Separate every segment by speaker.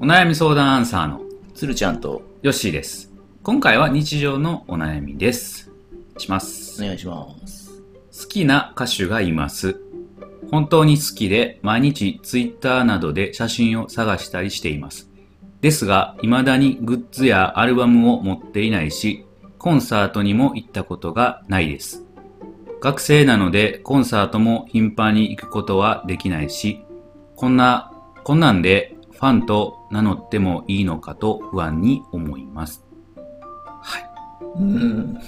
Speaker 1: お悩み相談アンサーの
Speaker 2: つるちゃんと
Speaker 1: ヨッシーです。今回は日常のお悩みです。します。
Speaker 2: お願いします。
Speaker 1: 好きな歌手がいます。本当に好きで、毎日ツイッターなどで写真を探したりしています。ですが、未だにグッズやアルバムを持っていないし、コンサートにも行ったことがないです。学生なので、コンサートも頻繁に行くことはできないし、こんな、こんなんでファンと名乗ってもいいのかと不安に思います。
Speaker 2: うん。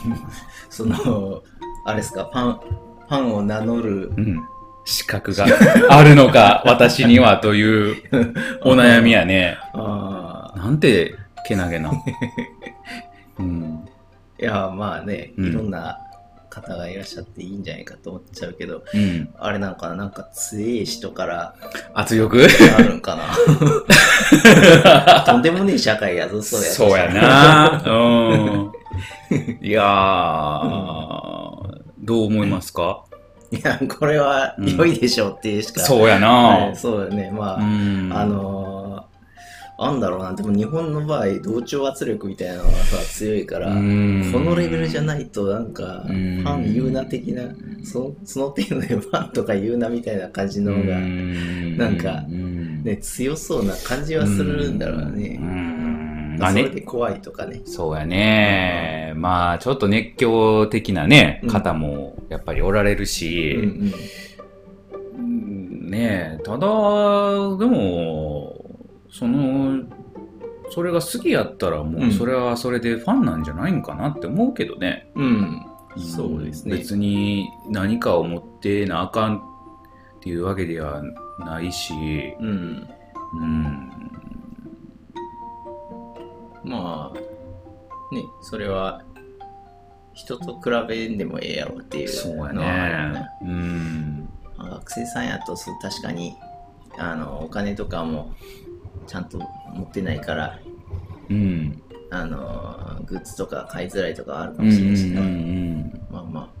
Speaker 2: その、あれですか、ファン、ファンを名乗る。
Speaker 1: うん。資格があるのか、私にはというお悩み。や ね。
Speaker 2: ああ。
Speaker 1: なんて、けなげ な。うん。
Speaker 2: いや、まあね、
Speaker 1: うん
Speaker 2: いろんな方がいらっしゃっていいんじゃないかと思っちゃうけど、
Speaker 1: うん。
Speaker 2: あれなんかな、なんか強い人から
Speaker 1: 圧力
Speaker 2: あるん かな。とんでもねえ社会やぞ、そうや。
Speaker 1: そうや。な。うん。いやー、どう思いますか
Speaker 2: いや、これは
Speaker 1: うん
Speaker 2: 良いでしょうっていうしか。
Speaker 1: そうやな
Speaker 2: はい。そうだね、まあ。
Speaker 1: うん。
Speaker 2: あ、のー、なんだろうな、でも日本の場合、同調圧力みたいなのがさ、強いから、このレベルじゃ
Speaker 1: い。
Speaker 2: ないと、なんか、フ
Speaker 1: うん
Speaker 2: ァン言うな的な、そその程度でファンとか言うなみたいな感じの方が、なんか
Speaker 1: ね、
Speaker 2: ね、強そうな感じはするんだろうね。
Speaker 1: うん。まあ
Speaker 2: それ
Speaker 1: ね
Speaker 2: で怖いとかね。
Speaker 1: そうやね。まあ、ちょっと熱狂的なね
Speaker 2: う、ん
Speaker 1: 方もやっぱりおられる
Speaker 2: うん
Speaker 1: し、うんねえ、ただ、でも、その、それが好きやったらも
Speaker 2: う
Speaker 1: う、
Speaker 2: ん
Speaker 1: それはそれでファンなんじゃないんかなって思うけどね。
Speaker 2: うん。うん。そうですね
Speaker 1: 別に何かを持ってなあかんっていうわけではないし、
Speaker 2: うん。
Speaker 1: うん。
Speaker 2: まあ、ね、それは、人と比べんでもええやろっていう
Speaker 1: そうや
Speaker 2: のはあるよね
Speaker 1: ね。うん。
Speaker 2: まあ学生さんやとそう確かにあのお金とかもちゃんと持ってないから
Speaker 1: うん。
Speaker 2: あのグッズとか買いづらいとかある
Speaker 1: う
Speaker 2: か
Speaker 1: ん。う
Speaker 2: も
Speaker 1: ん
Speaker 2: しれないしな、
Speaker 1: うん。
Speaker 2: まあま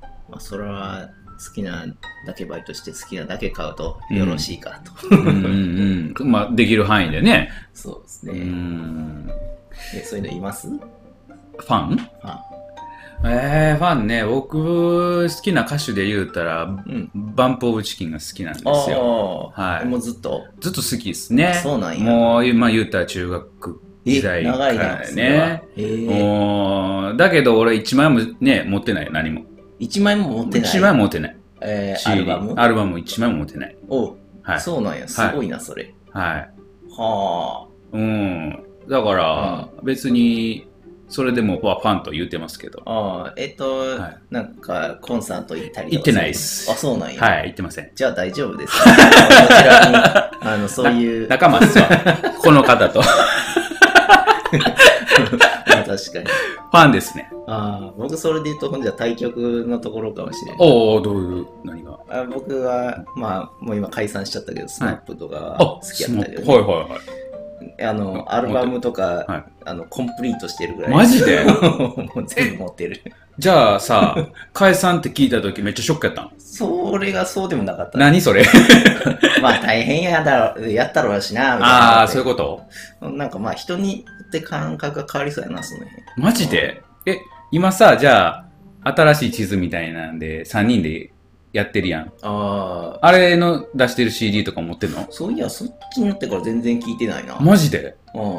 Speaker 2: あまあそれは好きなだけバイトして好きなだけ買うとよろしいかと、
Speaker 1: うんうんうん。まあ、できる範囲でね。
Speaker 2: そうです
Speaker 1: う
Speaker 2: ね、
Speaker 1: ん。
Speaker 2: でそういうのいます
Speaker 1: ファン
Speaker 2: あ
Speaker 1: えー、ファンね、僕、好きな歌手で言うたら、
Speaker 2: うん
Speaker 1: バンプオブチキンが好きなんで
Speaker 2: あ
Speaker 1: すよ。
Speaker 2: あ、
Speaker 1: はい
Speaker 2: もうずっと
Speaker 1: ずっと好きですね。
Speaker 2: そうなんや
Speaker 1: もう、まあ言うたら中学時代か
Speaker 2: 長い
Speaker 1: ら
Speaker 2: なそれは
Speaker 1: ね。
Speaker 2: えー、
Speaker 1: もう、だけど俺一枚もね、持ってないよ、何も。
Speaker 2: 1枚も持ってない
Speaker 1: 一枚も持ってない。
Speaker 2: えー
Speaker 1: CD
Speaker 2: アルバム
Speaker 1: アルバム一枚も持ってない。
Speaker 2: おう
Speaker 1: はい。
Speaker 2: そうなんやすごいなそれ、
Speaker 1: はい。
Speaker 2: はあ
Speaker 1: うん。だから、別に、それでもファンと言うてますけど。
Speaker 2: ああ、えっ、と、
Speaker 1: はい
Speaker 2: なんか、コンサート行ったりとか
Speaker 1: 行ってないっす
Speaker 2: あ、そうなんや。
Speaker 1: はい、言ってません。
Speaker 2: じゃあ大丈 夫です。こちらに、あの、そういう、
Speaker 1: 仲間 ですわ。この方と。フ
Speaker 2: まあ確かに。
Speaker 1: ァンですね。
Speaker 2: ああ、僕それで言うと、ほんじゃ対局のところかもしれない。
Speaker 1: おおどういう、何が。
Speaker 2: あ僕は、まあ、もう今解散しちゃったけど、スナップとかは好きやったけど、
Speaker 1: スマップはいはいはい。
Speaker 2: あの、アルバムとか、
Speaker 1: はい
Speaker 2: あの、コンプリートしてるぐらい。
Speaker 1: マジで
Speaker 2: もう全部 持ってる。
Speaker 1: じゃあ さ、解散って聞いた時めっちゃショックやったん。
Speaker 2: それがそうで もなかった。
Speaker 1: 何それ
Speaker 2: まあ、大変やだろ、やったろうしな、みたいな。
Speaker 1: ああ、そういうこと
Speaker 2: なんかまあ人によって感覚が変わりそうやな、その辺。
Speaker 1: マジでえ、今さ、じゃあ、新しい地図みたいなんで、3人でやってるやん。
Speaker 2: ああ。
Speaker 1: あれの出してる CD とか持ってんの
Speaker 2: そういや、そっちになってから全然聞いてないな。
Speaker 1: マジで
Speaker 2: うん。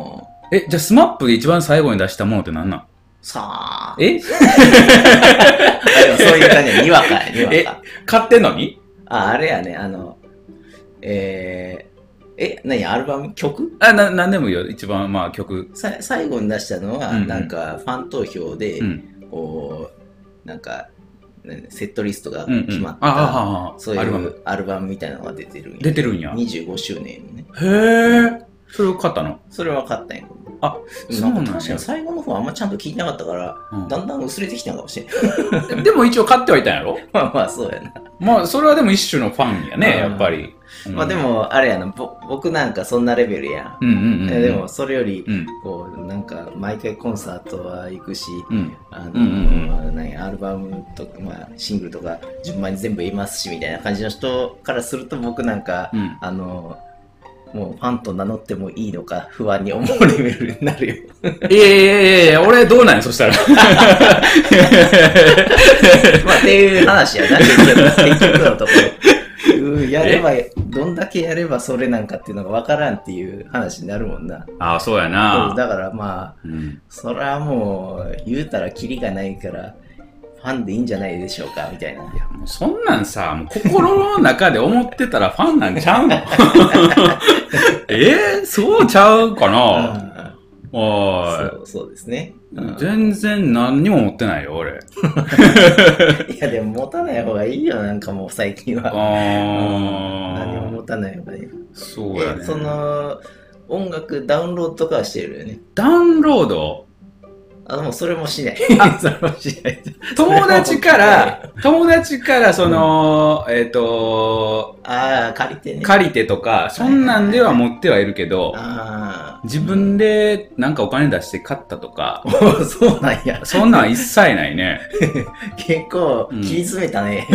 Speaker 1: え、じゃあスマップで一番最後に出したものって何なん
Speaker 2: さあ。
Speaker 1: え
Speaker 2: あでもそういう感じやにわかや、にわか。
Speaker 1: 買ってんのに
Speaker 2: あ、あれやね、あの、えー、え、何アルバム曲
Speaker 1: あ、な、なんでもいいよ。一番、まあ曲。
Speaker 2: さ最後に出したのは、
Speaker 1: うんうん
Speaker 2: なんかファン投票で、
Speaker 1: うん。
Speaker 2: こう、なんか、ねセットリストが
Speaker 1: うん、うん。
Speaker 2: 決まった、
Speaker 1: ああ、ああ、
Speaker 2: そうい
Speaker 1: アルバム。
Speaker 2: うアルバムみたいなのが出てるんや
Speaker 1: 出てるんや。へ
Speaker 2: 25周年のね。
Speaker 1: え。それを買ったの
Speaker 2: それは分かったんやけど。
Speaker 1: あ、
Speaker 2: で
Speaker 1: そう
Speaker 2: も
Speaker 1: な
Speaker 2: なんん
Speaker 1: や
Speaker 2: か確かに最後の方あんまちゃんと聞いてなかったから、
Speaker 1: うん
Speaker 2: だんだん 薄れてきたのかもしれない。
Speaker 1: でも一応買ってはいたんやろ
Speaker 2: まあまあ、そうやな。
Speaker 1: まあ、それはでも一種のファンやね、
Speaker 2: うん
Speaker 1: やっぱり。うん
Speaker 2: まあで、も、あれやな、ぼ僕なんかそんなレベルや
Speaker 1: う
Speaker 2: ん。
Speaker 1: んうんうん。
Speaker 2: えでも、それより、
Speaker 1: うん、
Speaker 2: こう、なんか、毎回コンサートは行くし、
Speaker 1: うん。
Speaker 2: あの、
Speaker 1: うんうん
Speaker 2: 何アルバムとか、まあ、シングルとか、順番に全部言いますし、みたいな感じの人からすると、僕なんか、
Speaker 1: うん。
Speaker 2: あの、もうファンと名乗ってもいいのか不安に思うレベルになるよ。
Speaker 1: いやいやいやいや、俺どうなんやそ したら。
Speaker 2: まあ、っていう話やな、結局結局のところ。 うんやれば、どんだけやればそれなんかっていうのが分からんっていう話になるもんな。
Speaker 1: ああ、そうや
Speaker 2: うん
Speaker 1: な。
Speaker 2: だからまあ、
Speaker 1: うん、
Speaker 2: それはもう、言うたらキリがないから、ファンでいいんじゃないでしょうか、みたいな。
Speaker 1: いやもうそんなんさ、もう心の中で思ってたらファンなんち ゃうのえー、そうちゃうかな、
Speaker 2: う
Speaker 1: お
Speaker 2: ん
Speaker 1: ーい
Speaker 2: そうそうですね。うん
Speaker 1: 全然何にも思ってないよ、俺。
Speaker 2: いや、でも持たない方がいいよ、なんかもう最近は。うん何も
Speaker 1: あ
Speaker 2: 持たない方がいい。
Speaker 1: あ、そうや
Speaker 2: え
Speaker 1: ね。
Speaker 2: その、音楽ダウンロードとかはしてるよね。
Speaker 1: ダウンロード
Speaker 2: あ、もうそれもしない。それもしない。
Speaker 1: 友達から、友達から、その、えっ、と、
Speaker 2: ああ、借りてね。
Speaker 1: 借りてとか、そんなんでは持ってはいるけど、
Speaker 2: ああ。
Speaker 1: 自分でなんかお金出して買ったとか、
Speaker 2: お そうなんや。
Speaker 1: そんなん一切ないね。
Speaker 2: 結構、
Speaker 1: うん
Speaker 2: 切り詰めたね。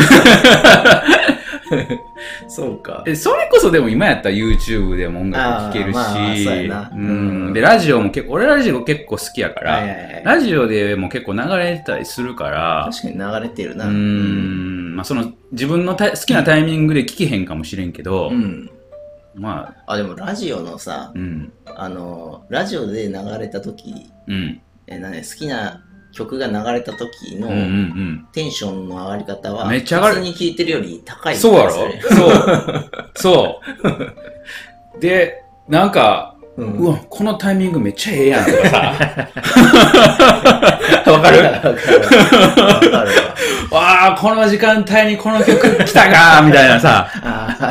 Speaker 2: そうか。
Speaker 1: え それこそでも今やったら YouTube でも音楽聴けるし、
Speaker 2: あーまあそうやな
Speaker 1: うん。で、ラジオも結構、俺ラジオ結構好きやから、
Speaker 2: はいはいはい
Speaker 1: ラジオでも結構流れてたりするから、
Speaker 2: 確かに流れてる
Speaker 1: う
Speaker 2: な。
Speaker 1: ーん、まあその自分のた好きなタイミングで聴けへんかもしれんけど、
Speaker 2: うん。
Speaker 1: まあ、
Speaker 2: あ、でもラジオのさ、
Speaker 1: うん、
Speaker 2: あの、ラジオで流れた時、
Speaker 1: うん、
Speaker 2: え、なんや好きな曲が流れた時
Speaker 1: うん、うん、う
Speaker 2: の
Speaker 1: ん。
Speaker 2: テンションの上がり方は、
Speaker 1: めっちゃ上がる
Speaker 2: 普通に聴いてるより高い気
Speaker 1: そうや
Speaker 2: が
Speaker 1: ろ
Speaker 2: する。
Speaker 1: そう。そう。で、なんか、
Speaker 2: うん
Speaker 1: うわ、このタイミングめっちゃええやんとかさ。わかる
Speaker 2: わかるわ。わ かるわ。
Speaker 1: わあ、この時間帯にこの曲来たかーみたいなさ。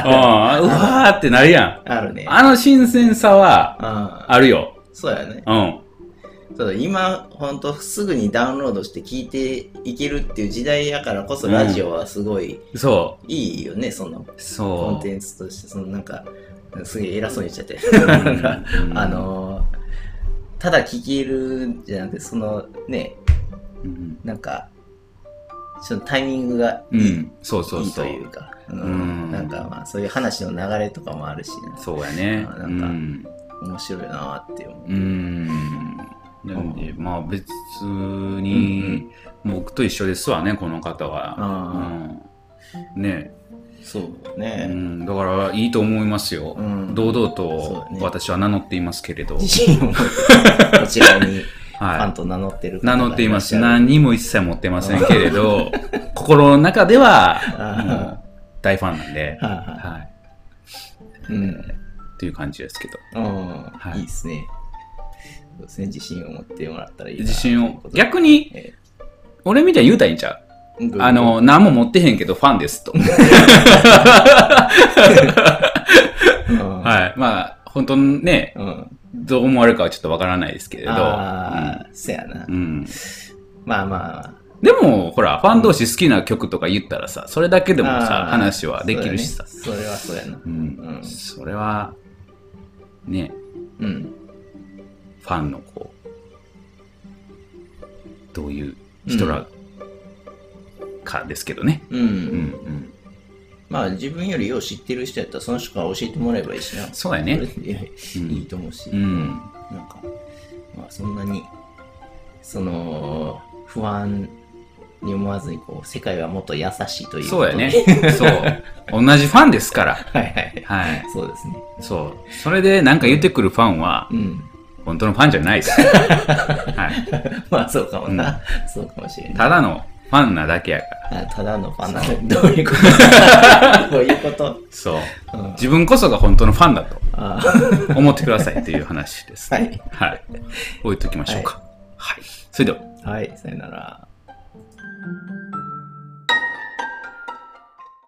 Speaker 1: うん、う
Speaker 2: あ
Speaker 1: わーってなるやん。
Speaker 2: あ、あるね。
Speaker 1: あの新鮮さは
Speaker 2: ああ、
Speaker 1: あるよ。
Speaker 2: そうやね。
Speaker 1: うん。
Speaker 2: そう今、ほんとすぐにダウンロードして聞いていけるっていう時代やからこそ、
Speaker 1: うん
Speaker 2: ラジオはすごい
Speaker 1: そ
Speaker 2: いいよね、その
Speaker 1: う。
Speaker 2: コ
Speaker 1: そ
Speaker 2: ン
Speaker 1: う。
Speaker 2: テンツとして、そのなんか、すげえ偉そうにしちゃって。
Speaker 1: うん
Speaker 2: なんか あ、のー、ただ聞けるんじゃなくて、そのね、
Speaker 1: うん
Speaker 2: なんか、そのタイミングが
Speaker 1: うん、うんそうそう
Speaker 2: いい
Speaker 1: そ
Speaker 2: と
Speaker 1: う。
Speaker 2: いうか、うん
Speaker 1: うん
Speaker 2: なんかまあそういう話の流れとかもあるし、
Speaker 1: そうやね。
Speaker 2: あ
Speaker 1: う
Speaker 2: なんか
Speaker 1: ん。
Speaker 2: 面白いなーって思う。
Speaker 1: うん。なんで、まあ別に、もう僕と一緒ですわね、この方は。うん。ね
Speaker 2: そう
Speaker 1: う
Speaker 2: ね。
Speaker 1: ん。だから、いいと思いますよ。
Speaker 2: うん
Speaker 1: 堂々
Speaker 2: そ
Speaker 1: と
Speaker 2: うね
Speaker 1: 私は名乗っていますけれど。
Speaker 2: 自信を 持って、こちらに。ファ
Speaker 1: は
Speaker 2: ンと名乗ってる
Speaker 1: い。名乗っています。
Speaker 2: な
Speaker 1: 何にも一切持ってませんけれど、心の中では、も
Speaker 2: あ
Speaker 1: う大ファンなんで、
Speaker 2: はいは
Speaker 1: はい。
Speaker 2: い。うん。
Speaker 1: っていう感じですけど。
Speaker 2: うん
Speaker 1: い
Speaker 2: いいですね。そうですね。自信を持ってもらったらいいな。
Speaker 1: 自信
Speaker 2: という
Speaker 1: を
Speaker 2: こ。とで
Speaker 1: 逆に
Speaker 2: え、
Speaker 1: 俺みたいに言うたらいいんちゃうあ、
Speaker 2: どういうこ
Speaker 1: の、何も持ってへんけどファンですと。
Speaker 2: とうん
Speaker 1: はい。まあ、本当にね、
Speaker 2: うん。
Speaker 1: どう思われるかはちょっとわからないですけれど。
Speaker 2: ああ、せやな
Speaker 1: う。ん、
Speaker 2: まあまあ、
Speaker 1: でも、ほら、ファン同士好きな曲とか言ったらさ、それだけでもさ、
Speaker 2: あー
Speaker 1: 話はできるしさ。
Speaker 2: そうだねそれはそうやな。
Speaker 1: うん
Speaker 2: うん
Speaker 1: それは、ね、
Speaker 2: うん。
Speaker 1: ファンのこう、どういう人らかですけどね。
Speaker 2: う。
Speaker 1: うん、うんん。
Speaker 2: まあ自分よりよう知ってる人やったらその人から教えてもらえばいいしな。
Speaker 1: そうやね。
Speaker 2: いやいいと思うし。
Speaker 1: うん。
Speaker 2: なんか、まあそんなに、その、不安に思わずに、こう、世界はもっと優しいという。
Speaker 1: そうや。ね。そう。同じファンですから。
Speaker 2: はいはい。
Speaker 1: はい。
Speaker 2: そうですね。
Speaker 1: そう。それでなんか言ってくるファンは、
Speaker 2: うん。
Speaker 1: 本当のファンじゃないです。はい。
Speaker 2: まあそうかもな。そうかもしれない。
Speaker 1: ただのファンなだけやから。
Speaker 2: あただのファンなのどういうこと どういうこと
Speaker 1: そう。
Speaker 2: うん
Speaker 1: 自分こそが本当のファンだと
Speaker 2: あー
Speaker 1: 思ってくださいという話です。
Speaker 2: はい。
Speaker 1: はい。置いときましょうか。はい。それでは。
Speaker 2: はい、さよなら。